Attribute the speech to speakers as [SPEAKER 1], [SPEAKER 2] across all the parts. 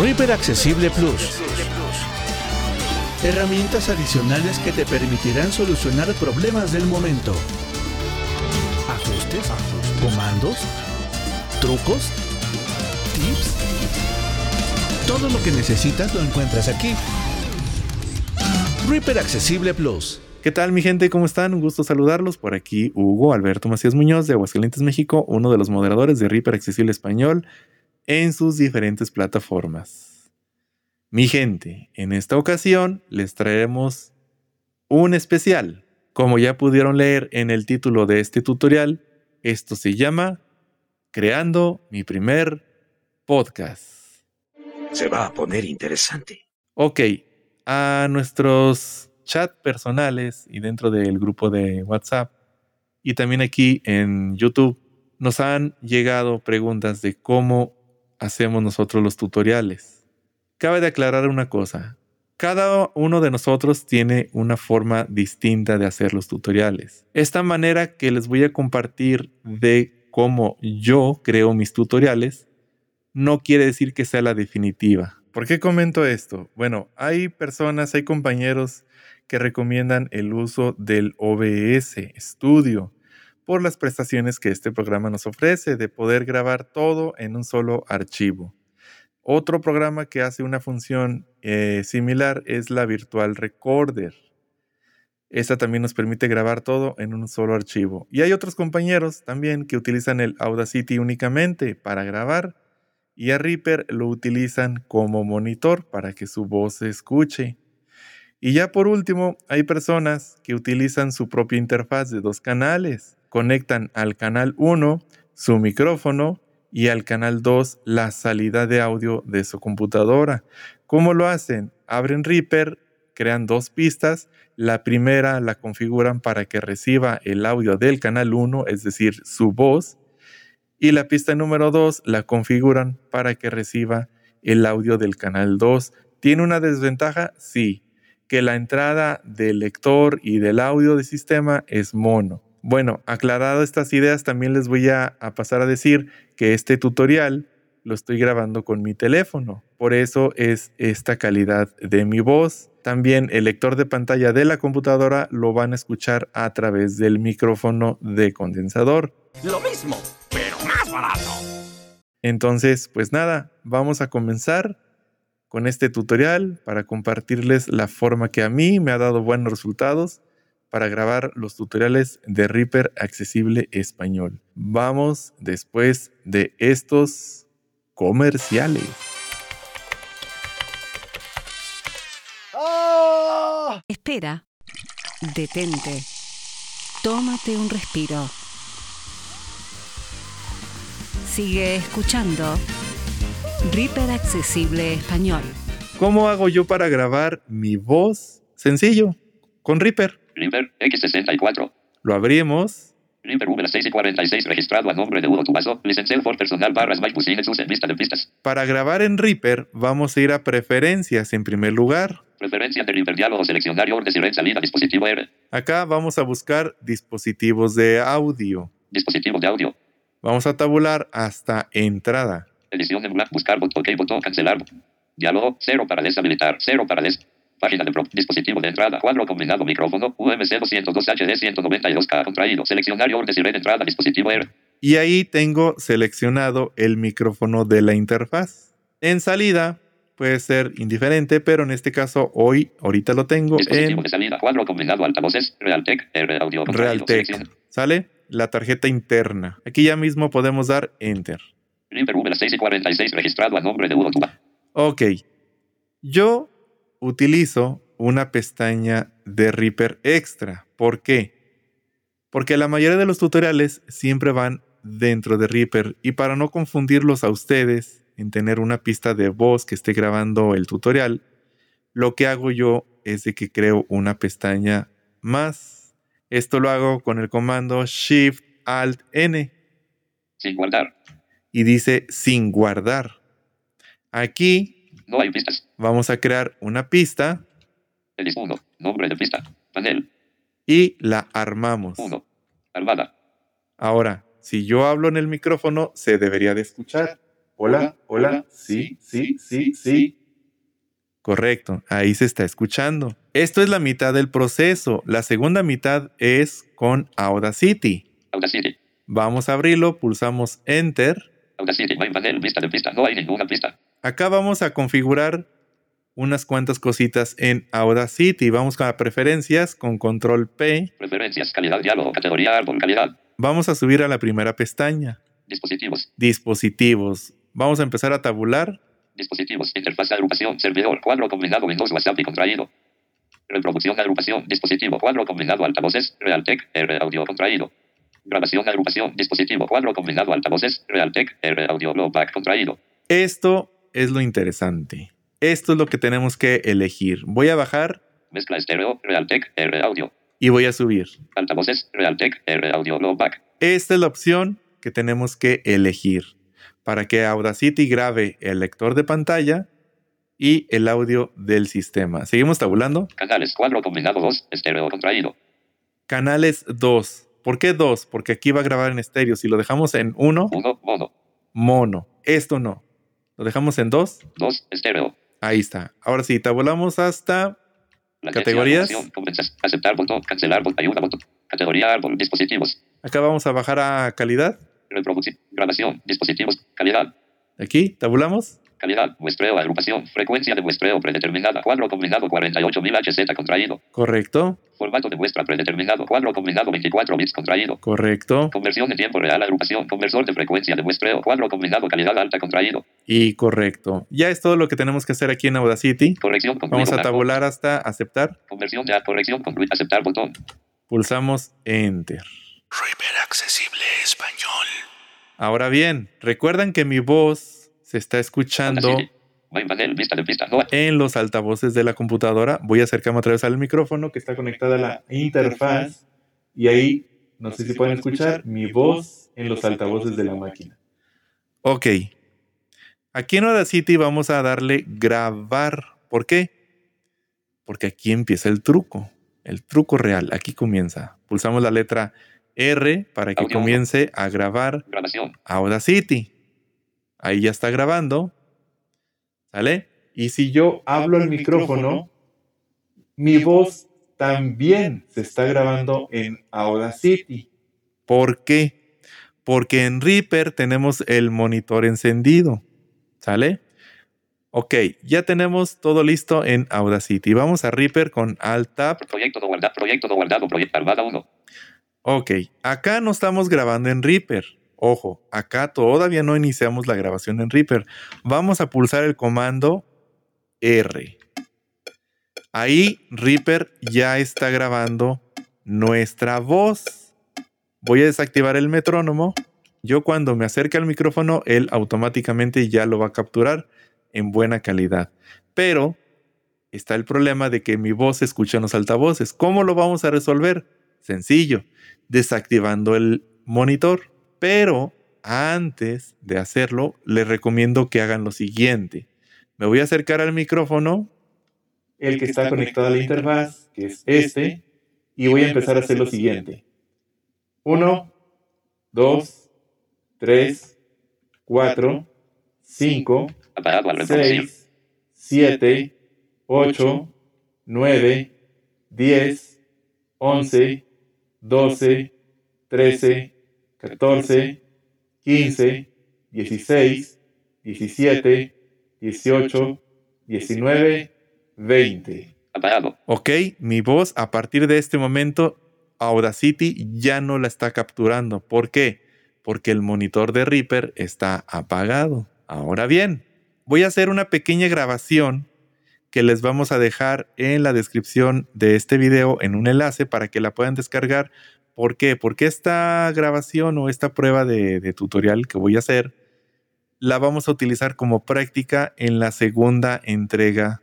[SPEAKER 1] Reaper Accesible Plus. Herramientas adicionales que te permitirán solucionar problemas del momento. Ajustes, comandos, trucos, tips. Todo lo que necesitas lo encuentras aquí. Reaper Accesible Plus.
[SPEAKER 2] ¿Qué tal mi gente? ¿Cómo están? Un gusto saludarlos. Por aquí Hugo Alberto Macías Muñoz de Aguascalientes, México, uno de los moderadores de Reaper Accesible Español en sus diferentes plataformas. Mi gente, en esta ocasión les traemos un especial. Como ya pudieron leer en el título de este tutorial, esto se llama Creando mi primer podcast.
[SPEAKER 3] Se va a poner interesante.
[SPEAKER 2] Ok, a nuestros chat personales y dentro del grupo de WhatsApp y también aquí en YouTube nos han llegado preguntas de cómo hacemos nosotros los tutoriales. Cabe de aclarar una cosa. Cada uno de nosotros tiene una forma distinta de hacer los tutoriales. Esta manera que les voy a compartir de cómo yo creo mis tutoriales no quiere decir que sea la definitiva. ¿Por qué comento esto? Bueno, hay personas, hay compañeros que recomiendan el uso del OBS Studio por las prestaciones que este programa nos ofrece de poder grabar todo en un solo archivo. Otro programa que hace una función eh, similar es la Virtual Recorder. Esta también nos permite grabar todo en un solo archivo. Y hay otros compañeros también que utilizan el Audacity únicamente para grabar y a Reaper lo utilizan como monitor para que su voz se escuche. Y ya por último, hay personas que utilizan su propia interfaz de dos canales. Conectan al canal 1 su micrófono y al canal 2 la salida de audio de su computadora. ¿Cómo lo hacen? Abren Reaper, crean dos pistas. La primera la configuran para que reciba el audio del canal 1, es decir, su voz. Y la pista número 2 la configuran para que reciba el audio del canal 2. ¿Tiene una desventaja? Sí, que la entrada del lector y del audio del sistema es mono. Bueno, aclarado estas ideas, también les voy a, a, pasar a decir que este tutorial lo estoy grabando con mi teléfono. Por eso es esta calidad de mi voz. También el lector de pantalla de la computadora lo van a escuchar a través del micrófono de condensador.
[SPEAKER 3] Lo mismo, pero más barato.
[SPEAKER 2] Entonces, pues nada, vamos a comenzar con este tutorial para compartirles la forma que a mí me ha dado buenos resultados para grabar los tutoriales de Reaper accesible español. Vamos después de estos comerciales.
[SPEAKER 4] ¡Oh! Espera, detente, tómate un respiro. Sigue escuchando Reaper Accesible Español.
[SPEAKER 2] ¿Cómo hago yo para grabar mi voz? Sencillo, con Reaper.
[SPEAKER 5] Reaper X64.
[SPEAKER 2] Lo abrimos.
[SPEAKER 5] Reaper V646 registrado a nombre de Hugo Tubazo, licenciado por personal barra Smash Jesús en lista de pistas.
[SPEAKER 2] Para grabar en Reaper vamos a ir a preferencias en primer lugar.
[SPEAKER 5] Preferencias de Reaper diálogo seleccionar orden y red salida dispositivo R.
[SPEAKER 2] Acá vamos a buscar dispositivos de audio.
[SPEAKER 5] Dispositivo de audio.
[SPEAKER 2] Vamos a tabular hasta entrada.
[SPEAKER 5] Edición de Black, buscar botón, ok, botón, cancelar. Diálogo, cero para deshabilitar, cero para des. Página de pro, dispositivo de entrada, cuadro combinado, micrófono, UMC 202 HD 192K contraído, seleccionar orden y red entrada, dispositivo R.
[SPEAKER 2] Y ahí tengo seleccionado el micrófono de la interfaz. En salida puede ser indiferente, pero en este caso hoy, ahorita lo tengo
[SPEAKER 5] dispositivo
[SPEAKER 2] en
[SPEAKER 5] de salida, cuadro combinado, altavoces, Realtek, R audio contraído,
[SPEAKER 2] Realtek. ¿Sale? La tarjeta interna. Aquí ya mismo podemos dar Enter.
[SPEAKER 5] Reaper V6 y 46 registrado a nombre de Hugo Tuba.
[SPEAKER 2] Ok. Yo utilizo una pestaña de Reaper extra. ¿Por qué? Porque la mayoría de los tutoriales siempre van dentro de Reaper y para no confundirlos a ustedes en tener una pista de voz que esté grabando el tutorial, lo que hago yo es de que creo una pestaña más. Esto lo hago con el comando Shift Alt N.
[SPEAKER 5] Sin guardar
[SPEAKER 2] y dice sin guardar. Aquí
[SPEAKER 5] no hay pistas.
[SPEAKER 2] vamos a crear una pista.
[SPEAKER 5] El uno, nombre de pista, panel.
[SPEAKER 2] Y la armamos.
[SPEAKER 5] Uno, armada.
[SPEAKER 2] Ahora, si yo hablo en el micrófono, se debería de escuchar. Hola, hola, sí, sí, sí, sí. Correcto, ahí se está escuchando. Esto es la mitad del proceso. La segunda mitad es con Audacity.
[SPEAKER 5] Audacity.
[SPEAKER 2] Vamos a abrirlo, pulsamos Enter.
[SPEAKER 5] Audacity. Main panel. Vista de pista. No hay ninguna pista.
[SPEAKER 2] Acá vamos a configurar unas cuantas cositas en Audacity. Vamos a preferencias con Control P.
[SPEAKER 5] Preferencias. Calidad. Diálogo. Categoría. Árbol. Calidad.
[SPEAKER 2] Vamos a subir a la primera pestaña.
[SPEAKER 5] Dispositivos.
[SPEAKER 2] Dispositivos. Vamos a empezar a tabular.
[SPEAKER 5] Dispositivos. Interfaz de agrupación. Servidor. Cuadro combinado. Windows. WhatsApp y contraído. Reproducción. Agrupación. Dispositivo. Cuadro combinado. Altavoces. Realtek. R. Audio. Contraído. Grabación. Agrupación. Dispositivo. Cuadro combinado. Altavoces. Realtek. R. Audio. Lowback. Contraído.
[SPEAKER 2] Esto es lo interesante. Esto es lo que tenemos que elegir. Voy a bajar
[SPEAKER 5] Mezcla estéreo. Realtek. R. Audio.
[SPEAKER 2] y voy a subir.
[SPEAKER 5] Altavoces. Realtek. R. Audio. Lowback.
[SPEAKER 2] Esta es la opción que tenemos que elegir para que Audacity grabe el lector de pantalla y el audio del sistema. Seguimos tabulando.
[SPEAKER 5] Canales. Cuadro combinado 2. Estéreo. Contraído.
[SPEAKER 2] Canales 2. ¿Por qué 2? Porque aquí va a grabar en estéreo. Si lo dejamos en 1,
[SPEAKER 5] 1. Mono.
[SPEAKER 2] mono. Esto no. Lo dejamos en 2.
[SPEAKER 5] 2. Estéreo.
[SPEAKER 2] Ahí está. Ahora sí, tabulamos hasta...
[SPEAKER 5] Latencia,
[SPEAKER 2] Categorías.
[SPEAKER 5] duración, compensas, Aceptar botón. Cancelar botón. Ayuda botón. Categoría. Árbol. Dispositivos.
[SPEAKER 2] Acá vamos a bajar a calidad.
[SPEAKER 5] Reproducir. Grabación. Dispositivos. Calidad.
[SPEAKER 2] Aquí, tabulamos.
[SPEAKER 5] Calidad. Muestreo. Agrupación. Frecuencia de muestreo predeterminada. Cuadro combinado 48000 HZ contraído.
[SPEAKER 2] Correcto,
[SPEAKER 5] Formato de muestra predeterminado. Cuadro combinado 24 bits contraído.
[SPEAKER 2] correcto
[SPEAKER 5] Conversión en tiempo real. Agrupación. Conversor de frecuencia de muestreo. Cuadro combinado. Calidad alta contraído.
[SPEAKER 2] y correcto. Ya es todo lo que tenemos que hacer aquí en Audacity.
[SPEAKER 5] Corrección. concluido,
[SPEAKER 2] Vamos a
[SPEAKER 5] marco.
[SPEAKER 2] tabular hasta aceptar.
[SPEAKER 5] Conversión de corrección. concluir, Aceptar botón.
[SPEAKER 2] Pulsamos Enter.
[SPEAKER 3] River Accesible Español.
[SPEAKER 2] Ahora bien, recuerdan que mi voz se está escuchando
[SPEAKER 5] Audacity. Main panel. Vista de pista. No.
[SPEAKER 2] en los altavoces de la computadora. Voy a acercarme otra vez al micrófono que está conectado a la interfaz y ahí, no sé si pueden escuchar, mi voz en los altavoces de la máquina. Ok. Aquí en Audacity vamos a darle grabar. ¿Por qué? Porque aquí empieza el truco, el truco real. Aquí comienza. Pulsamos la letra R para que
[SPEAKER 5] Audio.
[SPEAKER 2] comience a grabar
[SPEAKER 5] Grabación.
[SPEAKER 2] Audacity. Ahí ya está grabando. ¿Sale? Y si yo hablo al micrófono, mi voz también se está grabando en Audacity. ¿Por qué? Porque en Reaper tenemos el monitor encendido. ¿Sale? Ok, ya tenemos todo listo en Audacity. Vamos a Reaper con Alt Tab.
[SPEAKER 5] Proyecto no guardado. Proyecto no guardado. Proyecto armada 1.
[SPEAKER 2] Ok, acá no estamos grabando en Reaper. Ojo, acá todavía no iniciamos la grabación en Reaper. Vamos a pulsar el comando R. Ahí Reaper ya está grabando nuestra voz. Voy a desactivar el metrónomo. Yo cuando me acerque al micrófono, él automáticamente ya lo va a capturar en buena calidad. Pero está el problema de que mi voz se escucha en los altavoces. ¿Cómo lo vamos a resolver? Sencillo, desactivando el monitor. Pero antes de hacerlo, les recomiendo que hagan lo siguiente. Me voy a acercar al micrófono. El que está conectado a la interfaz, que es este. Y voy a empezar a hacer lo siguiente. Uno, dos, tres, cuatro, cinco,
[SPEAKER 5] Apagado al reproducir.
[SPEAKER 2] 6, 7, 8, 9, 10, 11, 12, 13, 14, 15, 16, 17, 18, 19, 20.
[SPEAKER 5] Apagado.
[SPEAKER 2] Ok, mi voz a partir de este momento, Audacity ya no la está capturando. ¿Por qué? Porque el monitor de Reaper está apagado. Ahora bien, voy a hacer una pequeña grabación que les vamos a dejar en la descripción de este video en un enlace para que la puedan descargar. ¿Por qué? Porque esta grabación o esta prueba de, de tutorial que voy a hacer la vamos a utilizar como práctica en la segunda entrega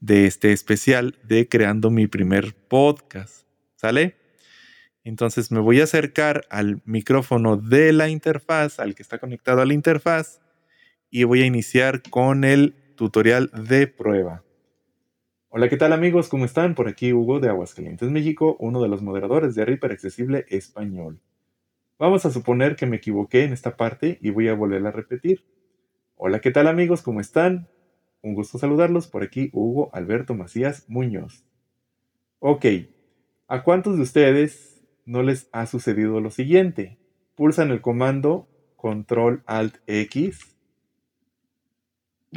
[SPEAKER 2] de este especial de creando mi primer podcast. ¿Sale? Entonces me voy a acercar al micrófono de la interfaz, al que está conectado a la interfaz, y voy a iniciar con el tutorial de prueba. Hola, ¿qué tal amigos? ¿Cómo están? Por aquí Hugo de Aguascalientes, México, uno de los moderadores de Reaper Accesible Español. Vamos a suponer que me equivoqué en esta parte y voy a volverla a repetir.
[SPEAKER 6] Hola, ¿qué tal amigos? ¿Cómo están? Un gusto saludarlos. Por aquí Hugo Alberto Macías Muñoz. Ok, ¿a cuántos de ustedes no les ha sucedido lo siguiente? Pulsan el comando Control Alt X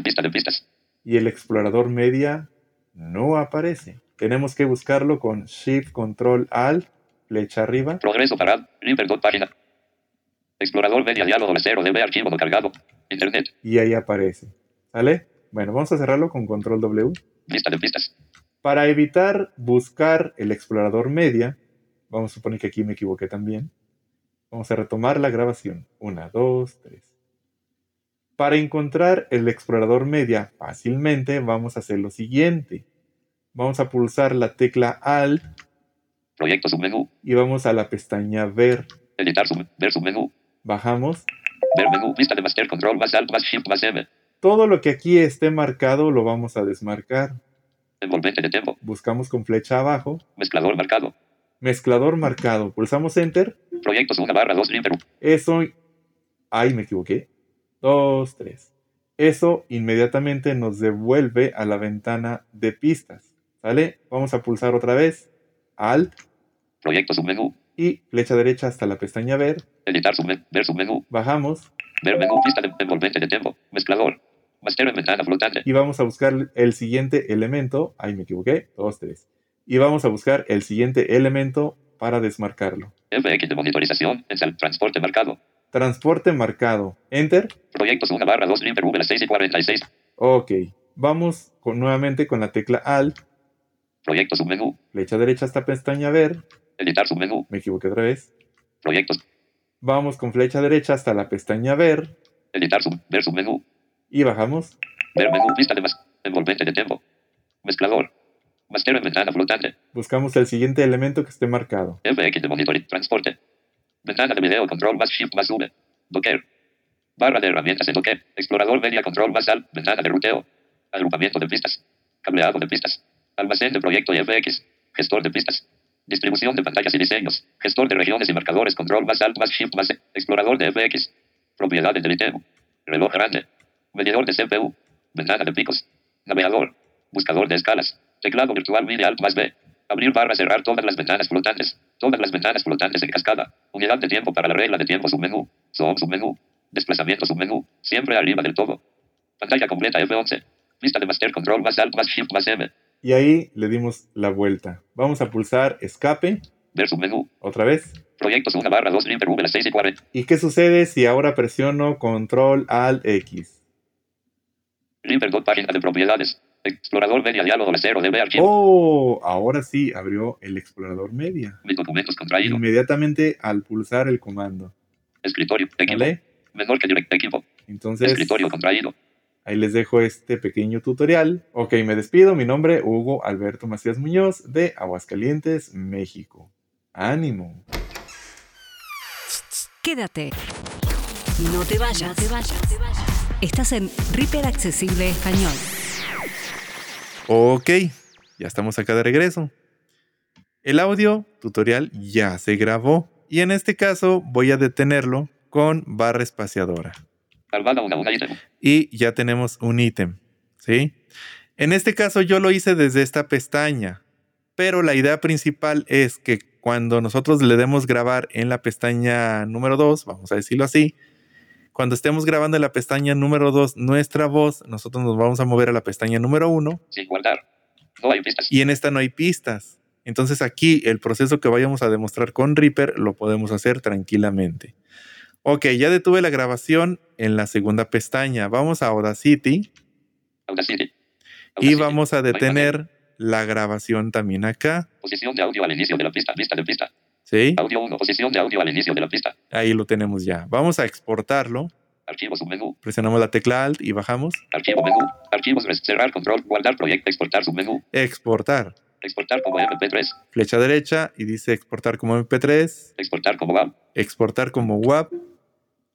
[SPEAKER 5] Pista de pistas.
[SPEAKER 6] y el explorador media no aparece. Tenemos que buscarlo con Shift Control Alt, flecha arriba.
[SPEAKER 5] Progreso parado. Reaper dot página. Explorador media diálogo de cero DB archivo no cargado. Internet.
[SPEAKER 6] y ahí aparece. ¿Sale? Bueno, vamos a cerrarlo con control W.
[SPEAKER 5] Lista de pistas.
[SPEAKER 6] Para evitar buscar el explorador media, vamos a suponer que aquí me equivoqué también. Vamos a retomar la grabación. Una, dos, tres. Para encontrar el explorador media fácilmente, vamos a hacer lo siguiente. Vamos a pulsar la tecla Alt
[SPEAKER 5] Proyecto submenú.
[SPEAKER 6] y vamos a la pestaña Ver.
[SPEAKER 5] Editar sub. Ver submenú.
[SPEAKER 6] Bajamos.
[SPEAKER 5] Ver menú. Lista de master control más alt más shift más M.
[SPEAKER 6] Todo lo que aquí esté marcado lo vamos a desmarcar.
[SPEAKER 5] Envolvente de tiempo.
[SPEAKER 6] Buscamos con flecha abajo.
[SPEAKER 5] Mezclador marcado.
[SPEAKER 6] Mezclador marcado. Pulsamos Enter.
[SPEAKER 5] Proyectos 1 barra 2 Reaper.
[SPEAKER 6] Eso. Ay, me equivoqué. Dos, tres. Eso inmediatamente nos devuelve a la ventana de pistas. ¿Vale? Vamos a pulsar otra vez. Alt
[SPEAKER 5] Proyecto submenú.
[SPEAKER 6] y flecha derecha hasta la pestaña ver.
[SPEAKER 5] Editar submenú. Ver submenú.
[SPEAKER 6] Bajamos
[SPEAKER 5] Ver menú. Lista de envolvente de tiempo. Mezclador. Master en ventana flotante.
[SPEAKER 6] y vamos a buscar el siguiente elemento. Ay, me equivoqué. Dos, tres. Y vamos a buscar el siguiente elemento para desmarcarlo.
[SPEAKER 5] FX de monitorización. Es el transporte marcado.
[SPEAKER 6] Transporte marcado. Enter.
[SPEAKER 5] Proyectos 1 barra 2 Reaper V 6 y 46.
[SPEAKER 6] Ok. Vamos con- nuevamente con la tecla Alt,
[SPEAKER 5] Proyecto submenú.
[SPEAKER 6] flecha derecha hasta pestaña ver.
[SPEAKER 5] Editar submenú.
[SPEAKER 6] Me equivoqué otra vez.
[SPEAKER 5] Proyectos.
[SPEAKER 6] Vamos con flecha derecha hasta la pestaña ver
[SPEAKER 5] Editar sub. Ver submenú.
[SPEAKER 6] y bajamos.
[SPEAKER 5] Ver menú, lista de más, envolvente de tiempo. Mezclador. Mastero en ventana flotante.
[SPEAKER 6] Buscamos el siguiente elemento que esté marcado.
[SPEAKER 5] FX de monitor, transporte. Ventana de video, control más shift más V. Docker. Barra de herramientas en Docker. Explorador media, control más al. Ventana de ruteo. Agrupamiento de pistas. Cableado de pistas. Almacén de proyecto y FX. Gestor de pistas. Distribución de pantallas y diseños. Gestor de regiones y marcadores, control más alt más shift más E. Explorador de FX. Propiedades de video. Reloj grande. Medidor de CPU. Ventana de picos. Navegador. Buscador de escalas. Teclado virtual media alt más B. Abrir barra cerrar todas las ventanas flotantes. Todas las ventanas flotantes en cascada. Unidad de tiempo para la regla de tiempo submenú. Zoom submenú. Desplazamiento submenú. Siempre arriba del todo. Pantalla completa F11. Lista de master control más alt más shift más M.
[SPEAKER 6] Y ahí le dimos la vuelta. Vamos a pulsar escape
[SPEAKER 5] Ver submenú.
[SPEAKER 6] otra vez.
[SPEAKER 5] Proyectos 1 barra 2 Reaper V 6 y 40.
[SPEAKER 6] ¿Y qué sucede si ahora presiono control alt X?
[SPEAKER 5] Reaper 2 página de propiedades. Explorador media diálogo de 0 DB archivo.
[SPEAKER 6] Oh, ahora sí abrió el explorador media.
[SPEAKER 5] Mis documentos contraído.
[SPEAKER 6] Mm. Inmediatamente al pulsar el comando.
[SPEAKER 5] Escritorio. Equipo.
[SPEAKER 6] ¿Vale?
[SPEAKER 5] Menor que direct equipo.
[SPEAKER 6] Entonces,
[SPEAKER 5] Escritorio contraído.
[SPEAKER 6] Ahí les dejo este pequeño tutorial. Ok, me despido. Mi nombre, Hugo Alberto Macías Muñoz, de Aguascalientes, México. ¡Ánimo!
[SPEAKER 4] Quédate. No te vayas. No te vayas. Estás en Reaper Accesible Español.
[SPEAKER 6] Ok, ya estamos acá de regreso. El audio tutorial ya se grabó y en este caso voy a detenerlo con barra espaciadora.
[SPEAKER 5] Salvada una una ítem.
[SPEAKER 6] y ya tenemos un ítem, ¿sí? En este caso yo lo hice desde esta pestaña, pero la idea principal es que cuando nosotros le demos grabar en la pestaña número 2, vamos a decirlo así, cuando estemos grabando en la pestaña número 2 nuestra voz, nosotros nos vamos a mover a la pestaña número 1
[SPEAKER 5] Sin guardar. No hay pistas.
[SPEAKER 6] y en esta no hay pistas. Entonces aquí el proceso que vayamos a demostrar con Reaper lo podemos hacer tranquilamente. Ok, ya detuve la grabación en la segunda pestaña. Vamos a Audacity
[SPEAKER 5] Audacity.
[SPEAKER 6] y
[SPEAKER 5] Audacity.
[SPEAKER 6] vamos a
[SPEAKER 5] Ahí va.
[SPEAKER 6] detener la grabación también acá.
[SPEAKER 5] Posición de audio al inicio de la pista. Vista de pista.
[SPEAKER 6] ¿Sí?
[SPEAKER 5] Audio 1. Posición de audio al inicio de la pista.
[SPEAKER 6] Ahí lo tenemos ya. Vamos a exportarlo.
[SPEAKER 5] Archivo submenú.
[SPEAKER 6] Presionamos la tecla Alt y bajamos.
[SPEAKER 5] Archivo menú. Archivos res- cerrar control. Guardar proyecto. Exportar submenú.
[SPEAKER 6] Exportar.
[SPEAKER 5] Exportar como MP3.
[SPEAKER 6] Flecha derecha y dice exportar como MP3.
[SPEAKER 5] Exportar como WAV.
[SPEAKER 6] Exportar como WAP.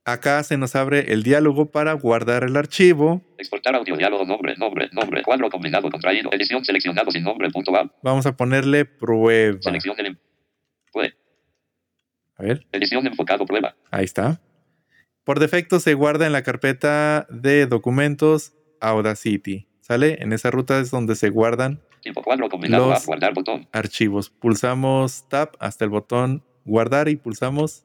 [SPEAKER 6] Acá se nos abre el diálogo para guardar el archivo.
[SPEAKER 5] Exportar audio diálogo. Nombre. Nombre. Nombre. Cuadro combinado contraído. Edición seleccionado sin nombre. Punto WAV.
[SPEAKER 6] Vamos a ponerle prueba.
[SPEAKER 5] Selección em, del.
[SPEAKER 6] A ver,
[SPEAKER 5] Edición enfocado prueba.
[SPEAKER 6] ahí está.
[SPEAKER 2] Por defecto se guarda en la carpeta de documentos Audacity. ¿Sale? En esa ruta es donde se guardan
[SPEAKER 5] Tiempo cuadro combinado
[SPEAKER 2] Los-
[SPEAKER 5] a guardar botón.
[SPEAKER 2] archivos. Pulsamos Tab hasta el botón guardar y pulsamos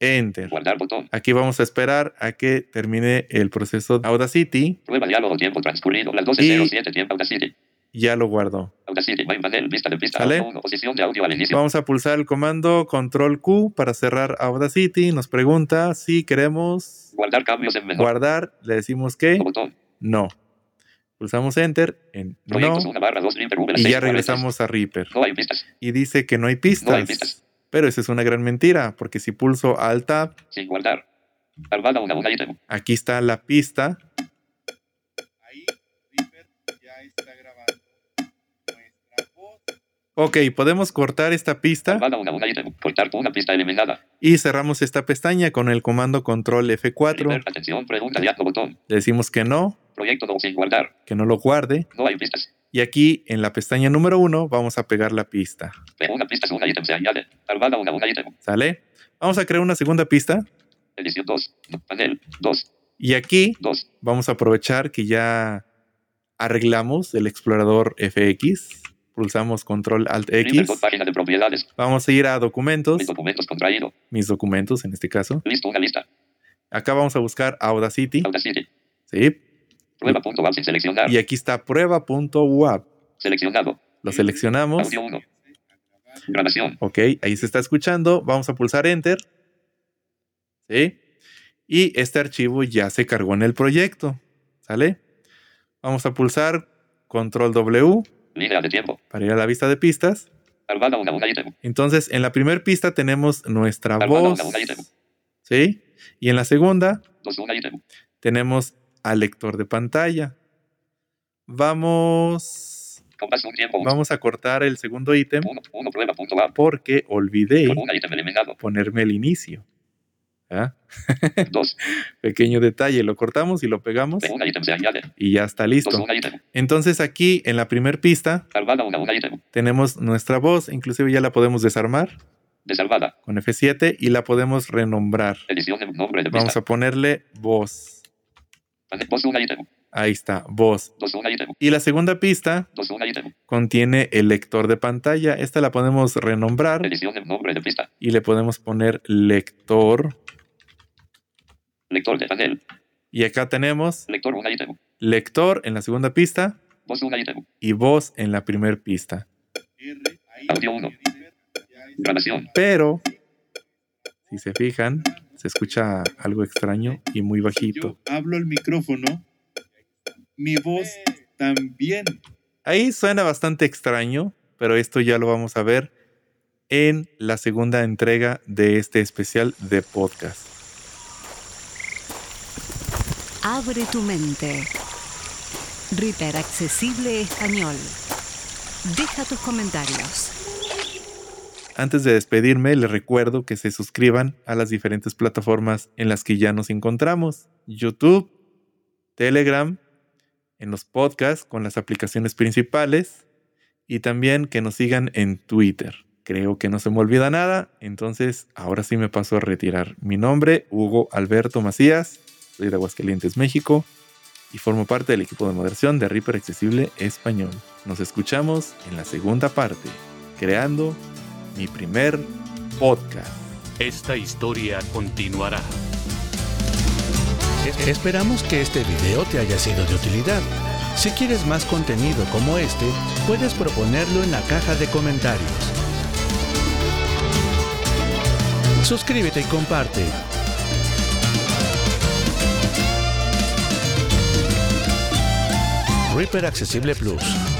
[SPEAKER 2] Enter.
[SPEAKER 5] Guardar botón.
[SPEAKER 2] Aquí vamos a esperar a que termine el proceso de Audacity.
[SPEAKER 5] Prueba diálogo tiempo transcurrido. Las
[SPEAKER 2] Y-
[SPEAKER 5] 12.07 tiempo Audacity.
[SPEAKER 2] Ya lo guardo.
[SPEAKER 5] Audacity. Main panel. Vista de pista.
[SPEAKER 2] ¿Sale?
[SPEAKER 5] audio uno, Posición de audio al inicio.
[SPEAKER 2] Vamos a pulsar el comando Control Q para cerrar Audacity. Nos pregunta si queremos
[SPEAKER 5] Guardar cambios en menú.
[SPEAKER 2] guardar. Le decimos que
[SPEAKER 5] Botón.
[SPEAKER 2] no. Pulsamos Enter en pues, no.
[SPEAKER 5] Proyectos 1 barra 2 Reaper V.
[SPEAKER 2] Y
[SPEAKER 5] seis,
[SPEAKER 2] ya
[SPEAKER 5] barra
[SPEAKER 2] regresamos a Reaper.
[SPEAKER 5] tres. No hay pistas.
[SPEAKER 2] Y dice que no hay
[SPEAKER 5] No hay
[SPEAKER 2] pistas.
[SPEAKER 5] pistas.
[SPEAKER 2] Pero esa es una gran mentira, porque si pulso Alt Tab,
[SPEAKER 5] Sin guardar. Armada una hoja ítem.
[SPEAKER 2] aquí está la pista. Ok, podemos cortar esta pista
[SPEAKER 5] Armada una hoja ítem. Cortar una pista eliminada.
[SPEAKER 2] y cerramos esta pestaña con el comando control
[SPEAKER 5] Reaper,
[SPEAKER 2] F4.
[SPEAKER 5] atención. Pregunta diálogo botón.
[SPEAKER 2] Le decimos que no,
[SPEAKER 5] Proyecto 2 sin guardar.
[SPEAKER 2] que no lo guarde.
[SPEAKER 5] No hay pistas.
[SPEAKER 2] Y aquí en la pestaña número 1 vamos a pegar la pista.
[SPEAKER 5] Pregunta pistas una ítem se añade. Armada una hoja ítem.
[SPEAKER 2] ¿Sale? Vamos a crear una segunda pista
[SPEAKER 5] Edición 2. Panel 2.
[SPEAKER 2] y aquí
[SPEAKER 5] 2.
[SPEAKER 2] vamos a aprovechar que ya arreglamos el explorador FX. Pulsamos control alt
[SPEAKER 5] Reaper
[SPEAKER 2] X.
[SPEAKER 5] con página de propiedades.
[SPEAKER 2] Vamos a ir a documentos,
[SPEAKER 5] Mis documentos contraído.
[SPEAKER 2] mis documentos en este caso.
[SPEAKER 5] Listo una lista.
[SPEAKER 2] Acá vamos a buscar Audacity.
[SPEAKER 5] Audacity.
[SPEAKER 2] Sí.
[SPEAKER 5] Prueba punto web sin seleccionar.
[SPEAKER 2] Y aquí está prueba.wap.
[SPEAKER 5] Seleccionado.
[SPEAKER 2] Lo seleccionamos.
[SPEAKER 5] Audio 1. Grabación.
[SPEAKER 2] Ok, ahí se está escuchando. Vamos a pulsar Enter. ¿Sí? Y este archivo ya se cargó en el proyecto. ¿Sale? Vamos a pulsar Control W
[SPEAKER 5] Línea de tiempo.
[SPEAKER 2] para ir a la vista de pistas.
[SPEAKER 5] Armada una hoja ítem.
[SPEAKER 2] Entonces, en la primera pista tenemos nuestra
[SPEAKER 5] Armando,
[SPEAKER 2] voz.
[SPEAKER 5] una ítem.
[SPEAKER 2] ¿Sí? Y en la segunda
[SPEAKER 5] Dos una ítem.
[SPEAKER 2] tenemos al lector de pantalla. Vamos,
[SPEAKER 5] Compás un tiempo.
[SPEAKER 2] vamos a cortar el segundo ítem
[SPEAKER 5] Uno, uno prueba punto web.
[SPEAKER 2] porque olvidé
[SPEAKER 5] Con una ítem eliminado.
[SPEAKER 2] ponerme el inicio. ¿Ah?
[SPEAKER 5] Dos.
[SPEAKER 2] Pequeño detalle, lo cortamos y lo pegamos
[SPEAKER 5] De una ítem se añade.
[SPEAKER 2] y ya está
[SPEAKER 5] Dos
[SPEAKER 2] listo.
[SPEAKER 5] Pues, una ítem.
[SPEAKER 2] Entonces aquí en la primera pista
[SPEAKER 5] Armada una hoja ítem.
[SPEAKER 2] tenemos nuestra voz, inclusive ya la podemos desarmar
[SPEAKER 5] Desarmada.
[SPEAKER 2] con F7 y la podemos renombrar.
[SPEAKER 5] Edición de nombre de
[SPEAKER 2] Vamos
[SPEAKER 5] pista.
[SPEAKER 2] a ponerle voz.
[SPEAKER 5] Panel- Dos una ítem.
[SPEAKER 2] Ahí está, voz.
[SPEAKER 5] Dos una ítem.
[SPEAKER 2] Y la segunda pista
[SPEAKER 5] Dos una ítem.
[SPEAKER 2] contiene el lector de pantalla. Esta la podemos renombrar
[SPEAKER 5] Edición de nombre de pista.
[SPEAKER 2] y le podemos poner lector.
[SPEAKER 5] Lector de panel.
[SPEAKER 2] Y acá tenemos
[SPEAKER 5] Lector una ítem.
[SPEAKER 2] lector en la segunda pista
[SPEAKER 5] Dos una ítem.
[SPEAKER 2] y voz en la primera pista.
[SPEAKER 5] Audio 1. Grabación.
[SPEAKER 2] Pero, si se fijan, se escucha algo extraño y muy bajito.
[SPEAKER 6] Yo hablo al micrófono. Mi voz también.
[SPEAKER 2] Ahí suena bastante extraño, pero esto ya lo vamos a ver en la segunda entrega de este especial de podcast.
[SPEAKER 4] Abre tu mente. Reaper Accesible Español. Deja tus comentarios.
[SPEAKER 2] Antes de despedirme, les recuerdo que se suscriban a las diferentes plataformas en las que ya nos encontramos. YouTube, Telegram, en los podcasts con las aplicaciones principales y también que nos sigan en Twitter. Creo que no se me olvida nada, entonces ahora sí me paso a retirar. Mi nombre, Hugo Alberto Macías, soy de Aguascalientes, México y formo parte del equipo de moderación de Reaper Accesible Español. Nos escuchamos en la segunda parte, creando mi primer podcast.
[SPEAKER 7] Esta historia continuará.
[SPEAKER 1] Esperamos que este video te haya sido de utilidad. Si quieres más contenido como este, puedes proponerlo en la caja de comentarios. Suscríbete y comparte. Reaper Accesible Plus.